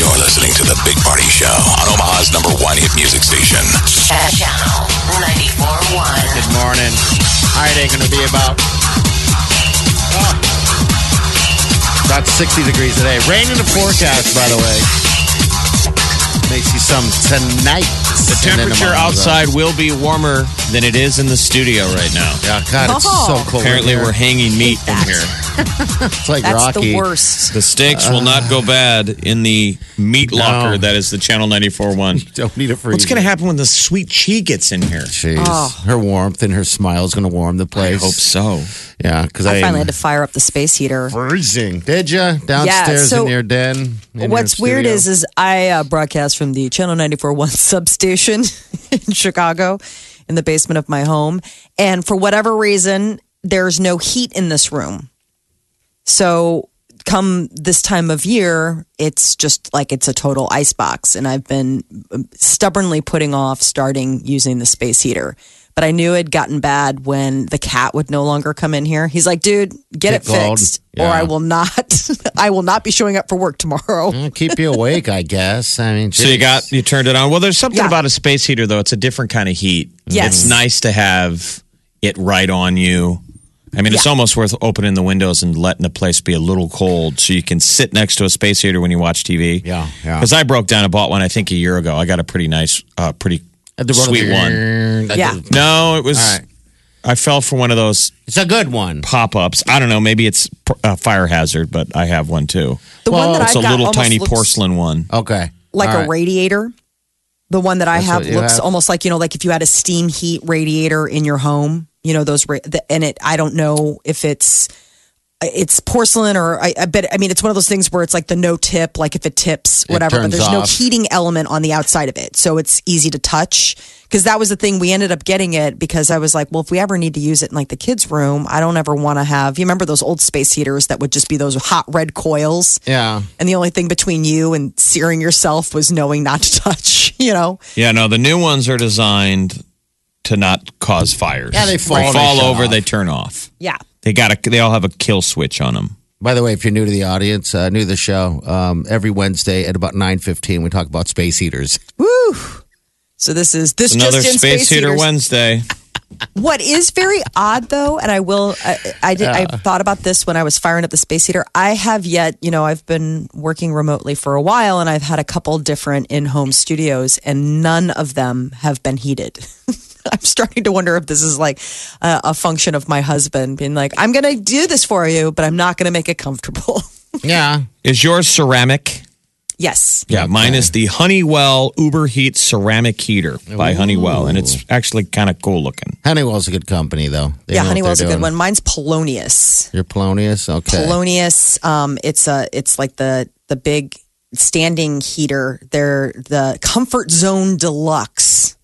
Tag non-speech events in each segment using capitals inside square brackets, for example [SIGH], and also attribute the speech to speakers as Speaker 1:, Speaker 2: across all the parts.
Speaker 1: You're listening to The Big Party Show on Omaha's number one hit music station.
Speaker 2: Channel 94.1.
Speaker 3: Good morning. All right, it's going to be about oh, about 60 degrees today. Rain in the forecast, by the way. May see some tonight.
Speaker 4: The temperature outside will be warmer than it is in the studio right now.
Speaker 3: Yeah, God, it's so cold. in
Speaker 4: Oh. Apparently,
Speaker 3: here.
Speaker 4: we're hanging meat in here.
Speaker 3: it's like
Speaker 5: That's
Speaker 3: Rocky.
Speaker 5: the worst.
Speaker 4: The steaks will not go bad in the meat locker
Speaker 3: No.
Speaker 4: that is the Channel 94 one.
Speaker 3: Don't need a freezer.
Speaker 4: What's going to happen when the sweet chi gets in here?
Speaker 3: Jeez, her warmth and her smile is going to warm the
Speaker 4: I
Speaker 3: place.
Speaker 4: hope so.
Speaker 3: Yeah, because I,
Speaker 5: I
Speaker 3: am
Speaker 5: finally had to fire up the space heater.
Speaker 3: freezing. Did you downstairs
Speaker 5: so-
Speaker 3: in your den? in
Speaker 5: What's
Speaker 3: your
Speaker 5: weird
Speaker 3: studio?
Speaker 5: is is I uh, broadcast from the Channel 94.1 [LAUGHS] substation in Chicago in the basement of my home and for whatever reason there's no heat in this room. So come this time of year it's just like it's a total icebox and I've been um, stubbornly putting off starting using the space heater. But I knew it'd gotten bad when the cat would no longer come in here. He's like, dude, get
Speaker 3: Get
Speaker 5: it
Speaker 3: galled.
Speaker 5: fixed, or
Speaker 3: Yeah.
Speaker 5: I will not. [LAUGHS] I will not be showing up for work tomorrow.
Speaker 4: Mm.
Speaker 3: Well, keep you awake, I guess. I mean,
Speaker 4: So you
Speaker 3: jeez.
Speaker 4: got you turned it on. Well, there's something
Speaker 5: Yeah.
Speaker 4: about a space heater though. It's a different kind of heat.
Speaker 5: Yes.
Speaker 4: it's nice to have it right on you. I mean, it's
Speaker 5: Yeah.
Speaker 4: almost worth opening the windows and letting the place be a little cold so you can sit next to a space heater when you watch TV.
Speaker 3: Yeah, yeah.
Speaker 4: Because I broke down and bought one. I think a year ago. I got a pretty nice, uh, pretty
Speaker 3: At the
Speaker 4: sweet one.
Speaker 3: one.
Speaker 5: Yeah.
Speaker 4: No, it was.
Speaker 3: All right.
Speaker 4: I fell for one of those
Speaker 3: It's a good one.
Speaker 4: pop-ups. I don't know. Maybe it's a fire hazard, but I have one too.
Speaker 5: The
Speaker 3: Well,
Speaker 5: one that
Speaker 4: It's
Speaker 5: I
Speaker 4: a
Speaker 5: got
Speaker 4: little
Speaker 5: almost
Speaker 4: tiny
Speaker 5: looks
Speaker 4: porcelain one.
Speaker 3: Okay.
Speaker 5: like
Speaker 3: All
Speaker 5: a
Speaker 3: right.
Speaker 5: radiator. The one that I
Speaker 3: That's
Speaker 5: have
Speaker 3: what you
Speaker 5: looks
Speaker 3: have?
Speaker 5: almost like you know, like if you had a steam heat radiator in your home. You know those, ra- the, and it. I don't know if it's it's porcelain or I, I bet. I mean, it's one of those things where it's like the no tip, like if it tips,
Speaker 3: It
Speaker 5: whatever. but
Speaker 3: turns
Speaker 5: there's no
Speaker 3: off.
Speaker 5: heating element on the outside of it, so it's easy to touch. Because that was the thing we ended up getting it because I was like, well, if we ever need to use it in like the kids' room, I don't ever want to have. You remember those old space heaters that would just be those hot red coils?
Speaker 3: Yeah.
Speaker 5: and the only thing between you and searing yourself was knowing not to [LAUGHS] touch. You know,
Speaker 4: Yeah, no, the new ones are designed to not cause fires.
Speaker 3: Yeah, they fall, they shut
Speaker 4: over,
Speaker 3: off.
Speaker 4: they turn off.
Speaker 5: yeah,
Speaker 4: They got a, they all have a kill switch on them.
Speaker 3: By the way, if you're new to the audience, uh, new to the show, um, every Wednesday at about nine fifteen, we talk about space
Speaker 5: [LAUGHS]
Speaker 3: heaters.
Speaker 5: woo. So this is this
Speaker 4: Another
Speaker 5: just in
Speaker 4: space, heater
Speaker 5: heaters.
Speaker 4: Wednesday.
Speaker 5: What is very odd though, and I will, I, I did, I thought about this when I was firing up the space heater. I have yet, you know, I've been working remotely for a while, and I've had a couple different in-home studios, and none of them have been heated. [LAUGHS] I'm starting to wonder if this is like a, a function of my husband being like, "I'm going to do this for you, but I'm not going to make it comfortable." [LAUGHS]
Speaker 3: Yeah.
Speaker 4: Is yours ceramic?
Speaker 5: yes,
Speaker 4: Yeah, mine is the Honeywell Uber Heat ceramic heater by Honeywell, and it's actually kind of cool looking.
Speaker 3: Honeywell's a good company, though. They
Speaker 5: yeah,
Speaker 3: know what
Speaker 5: Honeywell's a
Speaker 3: they're
Speaker 5: good
Speaker 3: doing.
Speaker 5: one. Mine's Polonius.
Speaker 3: You're Polonius? Okay.
Speaker 5: Polonius. Um, it's a it's like the the big standing heater. They're the Comfort Zone Deluxe.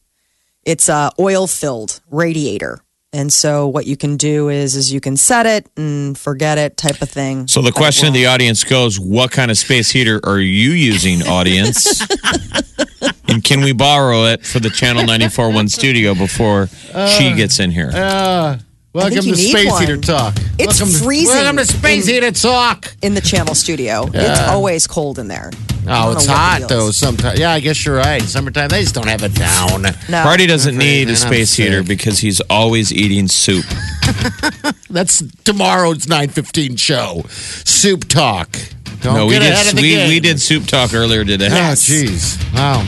Speaker 5: It's a oil filled radiator, and so what you can do is is you can set it and forget it type of thing.
Speaker 4: So the question of the audience goes: What kind of space heater are you
Speaker 3: [LAUGHS]
Speaker 4: using, audience? and can we borrow it for the Channel 94.1 studio before
Speaker 3: Uh,
Speaker 4: she gets in here?
Speaker 3: Welcome
Speaker 5: I
Speaker 3: to
Speaker 5: think you need
Speaker 3: Space
Speaker 5: one.
Speaker 3: Heater Talk.
Speaker 5: It's
Speaker 3: welcome
Speaker 5: freezing
Speaker 3: To, welcome to Space
Speaker 5: in-
Speaker 3: Heater Talk.
Speaker 5: in the
Speaker 3: [LAUGHS]
Speaker 5: channel studio, it's always cold in there. I
Speaker 3: Oh,
Speaker 5: don't
Speaker 3: it's
Speaker 5: know what the
Speaker 3: hot,
Speaker 5: deal
Speaker 3: though,
Speaker 5: is.
Speaker 3: sometimes. Yeah, I guess you're right. Summertime, they just don't have it down.
Speaker 5: No.
Speaker 4: Party doesn't
Speaker 3: Right,
Speaker 4: need a
Speaker 3: man, I'm
Speaker 4: space heater
Speaker 3: sick.
Speaker 4: because he's always eating soup.
Speaker 3: That's tomorrow's 915 show. Soup Talk. Don't
Speaker 4: No, we
Speaker 3: get ahead
Speaker 4: did
Speaker 3: of the
Speaker 4: we,
Speaker 3: game.
Speaker 4: we did soup talk earlier today.
Speaker 3: Oh, jeez. Wow.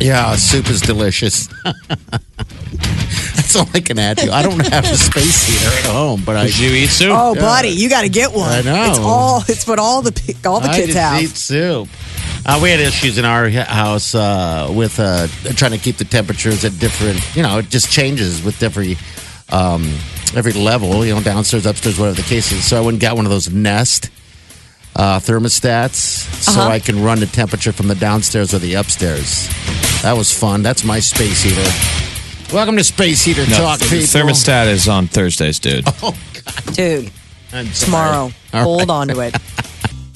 Speaker 3: Yeah, soup is delicious. [LAUGHS] That's all I can add to. you. I don't have a space heater at home, but I
Speaker 4: Did you eat soup?
Speaker 5: Oh, buddy, you got to get one.
Speaker 3: I know.
Speaker 5: It's all it's what all the pe- all the
Speaker 3: I
Speaker 5: kids
Speaker 3: just
Speaker 5: have.
Speaker 3: eat soup. Uh, we had issues in our h- house uh, with uh, trying to keep the temperatures at different. You know, it just changes with every um, every level, you know, downstairs, upstairs, whatever the case is. So I went and got one of those Nest uh, thermostats so I can run the temperature from the downstairs or the upstairs. That was fun. That's my space heater. Welcome to Space Heater
Speaker 4: No,
Speaker 3: Talk,
Speaker 4: th-
Speaker 3: people. Oh,
Speaker 4: thermostat is on Thursdays, dude.
Speaker 5: Dude,
Speaker 3: I'm sorry.
Speaker 5: tomorrow.
Speaker 3: All right.
Speaker 5: Hold on to
Speaker 3: [LAUGHS]
Speaker 5: it.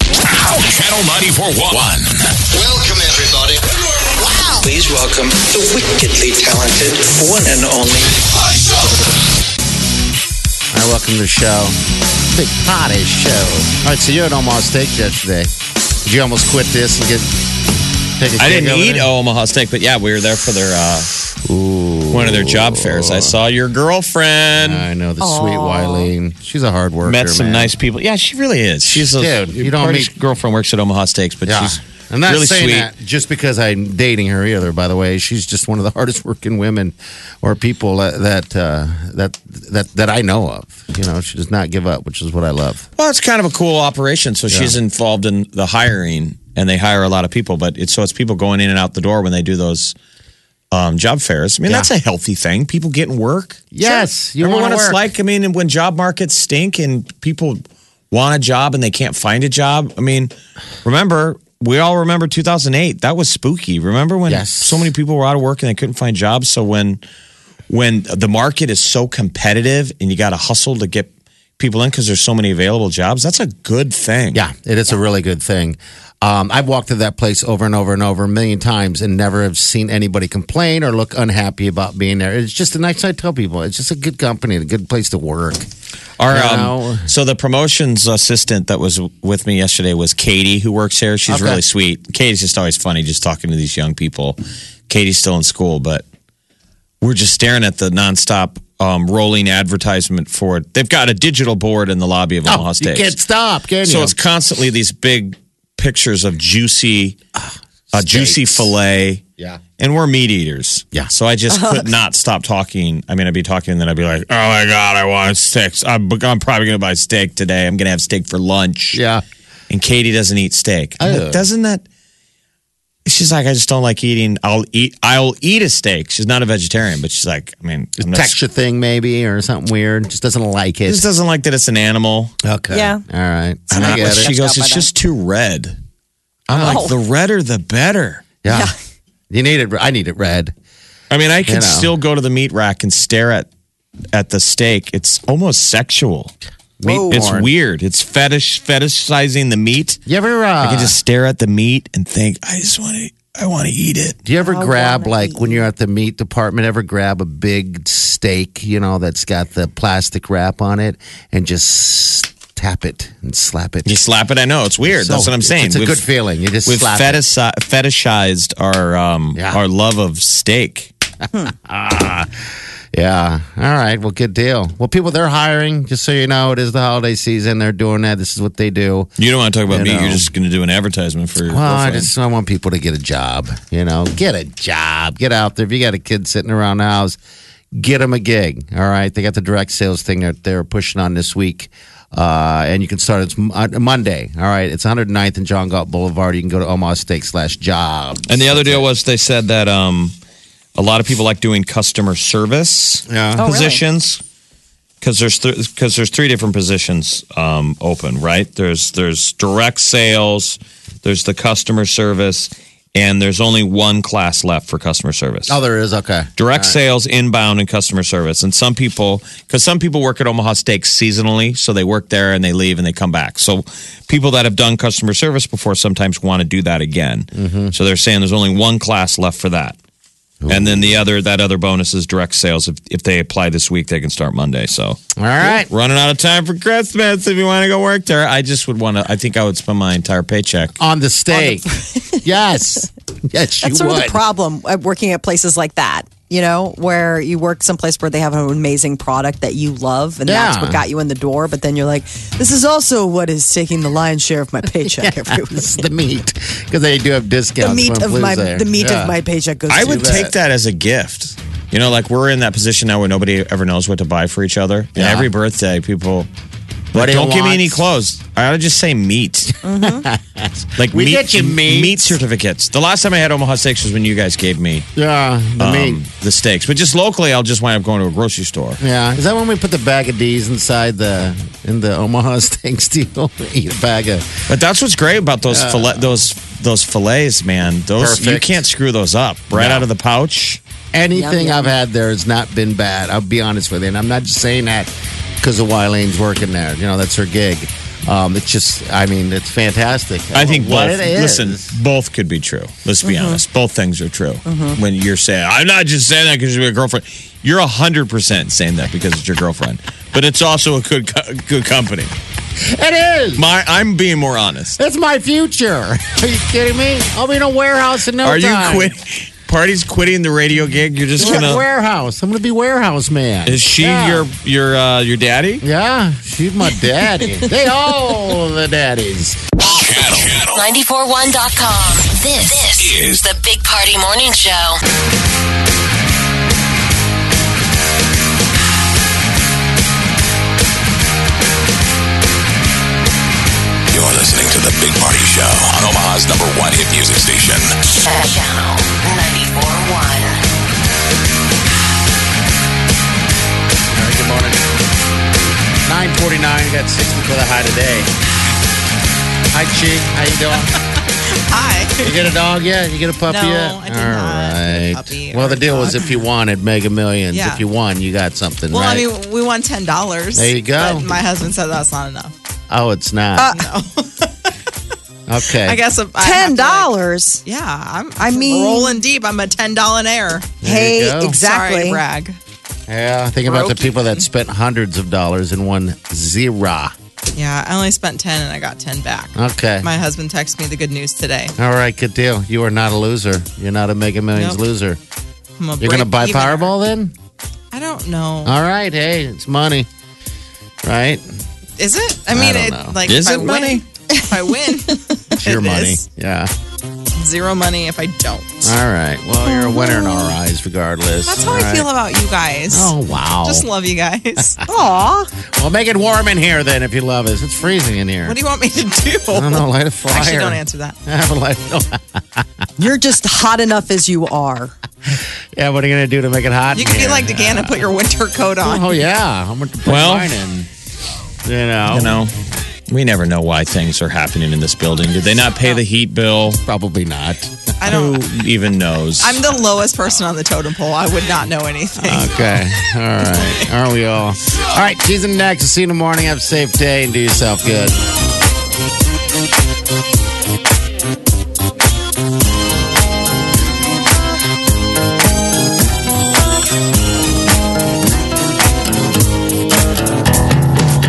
Speaker 1: Channel 941.
Speaker 6: Welcome, everybody. Wow. Please welcome the wickedly talented one and only.
Speaker 3: All right, welcome to the show. Big Potty Show. All right, so you're at Omaha Steaks yesterday. Did you almost quit this and get take a
Speaker 4: I
Speaker 3: gig
Speaker 4: didn't
Speaker 3: over
Speaker 4: eat
Speaker 3: there?
Speaker 4: Omaha steak, but yeah, we were there for their uh, one of their job fairs. I saw your girlfriend.
Speaker 3: I know the sweet Wileen. She's a hard worker.
Speaker 4: Met some
Speaker 3: man.
Speaker 4: nice people. Yeah, she really is. She's a
Speaker 3: Dude, you
Speaker 4: your
Speaker 3: don't
Speaker 4: British
Speaker 3: meet-
Speaker 4: girlfriend works at Omaha Steaks, but
Speaker 3: Yeah.
Speaker 4: she's
Speaker 3: I'm not
Speaker 4: really
Speaker 3: saying
Speaker 4: sweet.
Speaker 3: that just because I'm dating her either. By the way, she's just one of the [LAUGHS] hardest working women or people that that uh, that, that that I know of. You know, she does not give up, which is what I love.
Speaker 4: Well, it's kind of a cool operation. So she's involved in the hiring, and they hire a lot of people. But it's so it's people going in and out the door when they do those um, job fairs. I mean,
Speaker 3: Yeah.
Speaker 4: that's a healthy thing. People getting work.
Speaker 3: Yes,
Speaker 4: you
Speaker 3: you
Speaker 4: remember
Speaker 3: wanna
Speaker 4: what it's
Speaker 3: work.
Speaker 4: like. I mean, and when job markets stink and people want a job and they can't find a job. I mean, remember we all remember 2008. That was spooky. Remember when
Speaker 3: Yes.
Speaker 4: so many people were out of work and they couldn't find jobs. So when when the market is so competitive and you got to hustle to get people in because there's so many available jobs, that's a good thing.
Speaker 3: Yeah, it is a really good thing. Um, I've walked through that place over and over and over a million times and never have seen anybody complain or look unhappy about being there. It's just a nice I tell people. It's just a good company, a good place to work.
Speaker 4: Our,
Speaker 3: You know?
Speaker 4: um, so the promotions assistant that was with me yesterday was Katie, who works here. She's
Speaker 3: Okay.
Speaker 4: really sweet. Katie's just always funny, just talking to these young people. Katie's still in school, but we're just staring at the nonstop um, rolling advertisement for it. They've got a digital board in the lobby of Omaha
Speaker 3: Oh, you
Speaker 4: Steaks.
Speaker 3: can't stop, can
Speaker 4: So
Speaker 3: you?
Speaker 4: it's constantly these big pictures of juicy, uh, juicy
Speaker 3: Ah, steaks.
Speaker 4: fillet.
Speaker 3: Yeah.
Speaker 4: And we're meat eaters.
Speaker 3: Yeah.
Speaker 4: So I
Speaker 3: [LAUGHS]
Speaker 4: just could not stop talking. I mean, I'd be talking and then I'd be like, oh my God, I want steaks. I'm, I'm probably going to buy steak today. I'm going to have steak for lunch.
Speaker 3: yeah.
Speaker 4: And Katie doesn't eat steak. I'm like,
Speaker 3: Ugh.
Speaker 4: Doesn't that. She's like, I just don't like eating. I'll eat. I'll eat a steak. She's not a vegetarian, but she's like, I mean, I'm not-
Speaker 3: Texture thing maybe or something weird. Just doesn't like it.
Speaker 4: She just doesn't like that it's an animal.
Speaker 3: Okay.
Speaker 5: Yeah.
Speaker 3: All right.
Speaker 4: And
Speaker 3: I
Speaker 4: I-
Speaker 3: get
Speaker 4: she
Speaker 3: it.
Speaker 4: goes, it's just too red. I'm
Speaker 5: Oh.
Speaker 4: like, the redder the better.
Speaker 3: Yeah. You need it. I need it red.
Speaker 4: I mean, I can
Speaker 3: You know.
Speaker 4: still go to the meat rack and stare at at the steak. It's almost sexual.
Speaker 3: Meat
Speaker 4: It's
Speaker 3: porn.
Speaker 4: weird. It's fetish fetishizing the meat.
Speaker 3: You ever? Uh,
Speaker 4: I can just stare at the meat and think, I just want to. I want to eat it.
Speaker 3: do you ever grab like when you're at the meat department? Ever grab a big steak? You know that's got the plastic wrap on it, and just tap it and slap it.
Speaker 4: You slap it. I know it's weird.
Speaker 3: So,
Speaker 4: That's what I'm saying.
Speaker 3: It's a
Speaker 4: We've-
Speaker 3: good feeling. You just
Speaker 4: We've
Speaker 3: slap it.
Speaker 4: fetish, fetishized our um,
Speaker 3: Yeah.
Speaker 4: our love of steak.
Speaker 3: Yeah. All right. Well, good deal. Well, people they're hiring. Just so you know, it is the holiday season. They're doing that. This is what they do.
Speaker 4: You don't want to talk about
Speaker 3: You
Speaker 4: meat.
Speaker 3: know.
Speaker 4: You're just going to do an advertisement for. Your
Speaker 3: Well, I
Speaker 4: girlfriend.
Speaker 3: just I want people to get a job. You know, get a job. Get out there. If you got a kid sitting around the house, get them a gig. All right, they got the direct sales thing that they're pushing on this week, uh, and you can start it's Mon- Monday. All right, it's 109th and John Galt Boulevard. You can go to Omaha Steak slash job.
Speaker 4: And the other deal was they said that um, a lot of people like doing customer service
Speaker 3: Yeah.
Speaker 5: Oh, really?
Speaker 4: positions because there's because there's three different positions um, open, right? There's there's direct sales, there's the customer service, and there's only one class left for customer service.
Speaker 3: Oh, there is okay.
Speaker 4: Direct sales, inbound, and customer service. And some people, because some people work at Omaha Steaks seasonally, so they work there and they leave and they come back. So people that have done customer service before sometimes want to do that again. So they're saying there's only one class left for that. And then the other, that other bonus is direct sales. If, if they apply this week, they can start Monday. So
Speaker 3: All right.
Speaker 4: running out of time for Christmas. If you want to go work there, I just would want to, I think I would spend my entire paycheck.
Speaker 3: On the steak.
Speaker 5: [LAUGHS]
Speaker 3: yes. Yes, you
Speaker 5: That's sort
Speaker 3: would.
Speaker 5: of the problem at working at places like that, you know, where you work someplace where they have an amazing product that you love and that's
Speaker 3: Yeah.
Speaker 5: what got you in the door. But then you're like, this is also what is taking the lion's share of my paycheck every week.
Speaker 3: It's the meat because they do have discounts.
Speaker 5: The meat
Speaker 3: when
Speaker 5: of my
Speaker 3: Blue's there.
Speaker 5: the meat
Speaker 3: Yeah.
Speaker 5: of my paycheck goes.
Speaker 4: I
Speaker 5: to
Speaker 4: would
Speaker 5: you.
Speaker 4: take that as a gift. You know, like we're in that position now where nobody ever knows what to buy for each other. And
Speaker 3: Yeah.
Speaker 4: every birthday, people
Speaker 3: What do you
Speaker 4: Don't give me
Speaker 3: want?
Speaker 4: any clothes. I would just say meat. [LAUGHS] like
Speaker 3: Mm-hmm. We
Speaker 4: meat,
Speaker 3: get you meat.
Speaker 4: certificates. The last time I had Omaha steaks was when you guys gave me
Speaker 3: Yeah, the
Speaker 4: um,
Speaker 3: meat.
Speaker 4: the steaks. But just locally, I'll just wind up going to a grocery store.
Speaker 3: Yeah, is that when we put the bag of D's inside the in the Omaha [LAUGHS] steaks deal? Eat a bag of
Speaker 4: But that's what's great about those fillet, those those fillets, man. Those you
Speaker 3: Perfect.
Speaker 4: can't screw those up right
Speaker 3: No.
Speaker 4: out of the pouch.
Speaker 3: anything
Speaker 5: Yum, yum.
Speaker 3: I've had there has not been bad. I'll be honest with you, and I'm not just saying that because of Wylene's working there. You know, that's her gig. Um, it's just, I mean, it's fantastic.
Speaker 4: I think
Speaker 3: what
Speaker 4: both.
Speaker 3: it is. Mm-hmm.
Speaker 4: Listen, both could be true. Let's be honest. Both things are true. When you're saying, "I'm not just saying that because you're a girlfriend," you're hundred percent saying that because it's your girlfriend. But it's also a good co- good company.
Speaker 3: it is.
Speaker 4: My, I'm being more honest.
Speaker 3: It's my future. [LAUGHS] Are you kidding me? I'll be in a warehouse in no
Speaker 4: Are you
Speaker 3: time.
Speaker 4: quit? Party's quitting the radio gig. You're just
Speaker 3: [LAUGHS] What
Speaker 4: gonna.
Speaker 3: warehouse? I'm gonna be warehouse man.
Speaker 4: Is she
Speaker 3: Yeah.
Speaker 4: your your uh, your daddy?
Speaker 3: Yeah, she's my daddy. they all the daddies.
Speaker 1: Channel, Channel
Speaker 2: 941.com. This, this
Speaker 1: is
Speaker 2: is the Big Party Morning Show.
Speaker 1: You're listening to the Big Party Show on Omaha's number one hit music station.
Speaker 2: Channel 941.
Speaker 3: All right, good morning. 949, got 60 for the high today. Hi, Chi. How you
Speaker 7: [LAUGHS]
Speaker 3: doing?
Speaker 7: Hi.
Speaker 3: You get a dog yet? You get a puppy
Speaker 7: No,
Speaker 3: yet?
Speaker 7: I did not get a
Speaker 3: All right.
Speaker 7: puppy
Speaker 3: well,
Speaker 7: or
Speaker 3: the
Speaker 7: a
Speaker 3: deal was
Speaker 7: dog.
Speaker 3: if you wanted Mega Millions,
Speaker 7: Yeah.
Speaker 3: if you won, you got something,
Speaker 7: Well,
Speaker 3: right?
Speaker 7: I mean, we won ten dollars.
Speaker 3: There you go.
Speaker 7: But my husband said that's not enough.
Speaker 3: oh, it's [LAUGHS] not. okay.
Speaker 7: uh, I guess if I have
Speaker 5: Ten
Speaker 7: to, like-
Speaker 5: dollars.
Speaker 7: yeah, I'm.
Speaker 5: I mean-
Speaker 7: rolling deep. I'm a ten dollar heir.
Speaker 3: There you
Speaker 5: Hey,
Speaker 3: go.
Speaker 7: Sorry to
Speaker 5: exactly.
Speaker 7: brag.
Speaker 3: yeah, think about the
Speaker 7: Broke
Speaker 3: people that spent hundreds of dollars and won zero.
Speaker 7: Yeah, I only spent ten and I got ten back.
Speaker 3: Okay.
Speaker 7: My husband texted me the good news today.
Speaker 3: all right, good deal. You are not a loser. You're not a Mega Millions
Speaker 7: Nope.
Speaker 3: loser.
Speaker 7: I'm a
Speaker 3: You're going to
Speaker 7: break
Speaker 3: buy
Speaker 7: even.
Speaker 3: Powerball then?
Speaker 7: I don't know.
Speaker 3: All right, hey, it's money. Right?
Speaker 7: is it? I mean,
Speaker 3: don't
Speaker 7: it,
Speaker 3: know.
Speaker 7: like
Speaker 4: Is
Speaker 7: if I
Speaker 4: it
Speaker 7: win,
Speaker 4: money?
Speaker 7: If
Speaker 3: [LAUGHS]
Speaker 7: I win,
Speaker 3: It's your
Speaker 7: It
Speaker 3: money.
Speaker 7: is.
Speaker 3: Yeah.
Speaker 7: zero money. If I don't,
Speaker 3: All right. Well, you're a winner in our eyes, regardless.
Speaker 7: that's how
Speaker 3: All
Speaker 7: I
Speaker 3: right.
Speaker 7: feel about you guys.
Speaker 3: Oh wow!
Speaker 7: Just love
Speaker 3: [LAUGHS]
Speaker 7: you guys.
Speaker 5: Aw.
Speaker 3: well, make it warm in here then, if you love us. It's freezing in here.
Speaker 7: what do you want me to do?
Speaker 3: I don't know. Light a fire.
Speaker 7: Actually, don't answer that.
Speaker 3: [LAUGHS] Have a light.
Speaker 5: You're just hot enough as you are.
Speaker 3: yeah. What are you gonna do to make it hot?
Speaker 7: You
Speaker 3: in
Speaker 7: could be
Speaker 3: here?
Speaker 7: like DeGan and put your winter coat on.
Speaker 3: Oh yeah. I'm gonna put
Speaker 4: Well-
Speaker 3: mine in. You know.
Speaker 4: You know, we never know why things are happening in this building. Did they not pay the heat bill?
Speaker 3: Probably not.
Speaker 7: I don't.
Speaker 4: Who even knows?
Speaker 7: I'm the lowest person on the totem pole. I would not know anything.
Speaker 3: Okay. All right. Aren't we all? All right. She's in next. We'll see you in the morning. Have a safe day and do yourself good.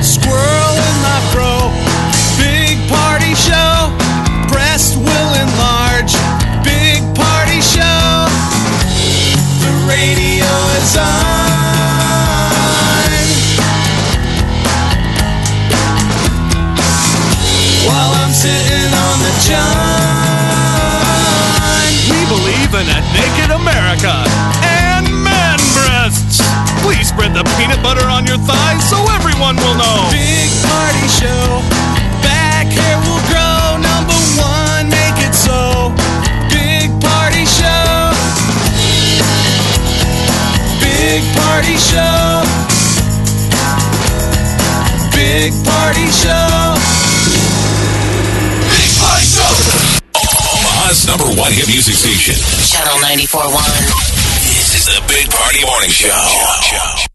Speaker 8: Squirrel in my fro. Big party show. Breast will enlarge. Big party show. The radio is on. While I'm sitting on the john. We believe in a naked America and man breasts. Please spread the peanut butter on your thighs so everyone will know. Big party show. Back hair will grow. Number one, make it so. Big party show. Big party show. Big party show.
Speaker 1: Big Party Show. Omaha's number one hit music station.
Speaker 2: Channel 941.
Speaker 1: This is the Big Party Morning Show.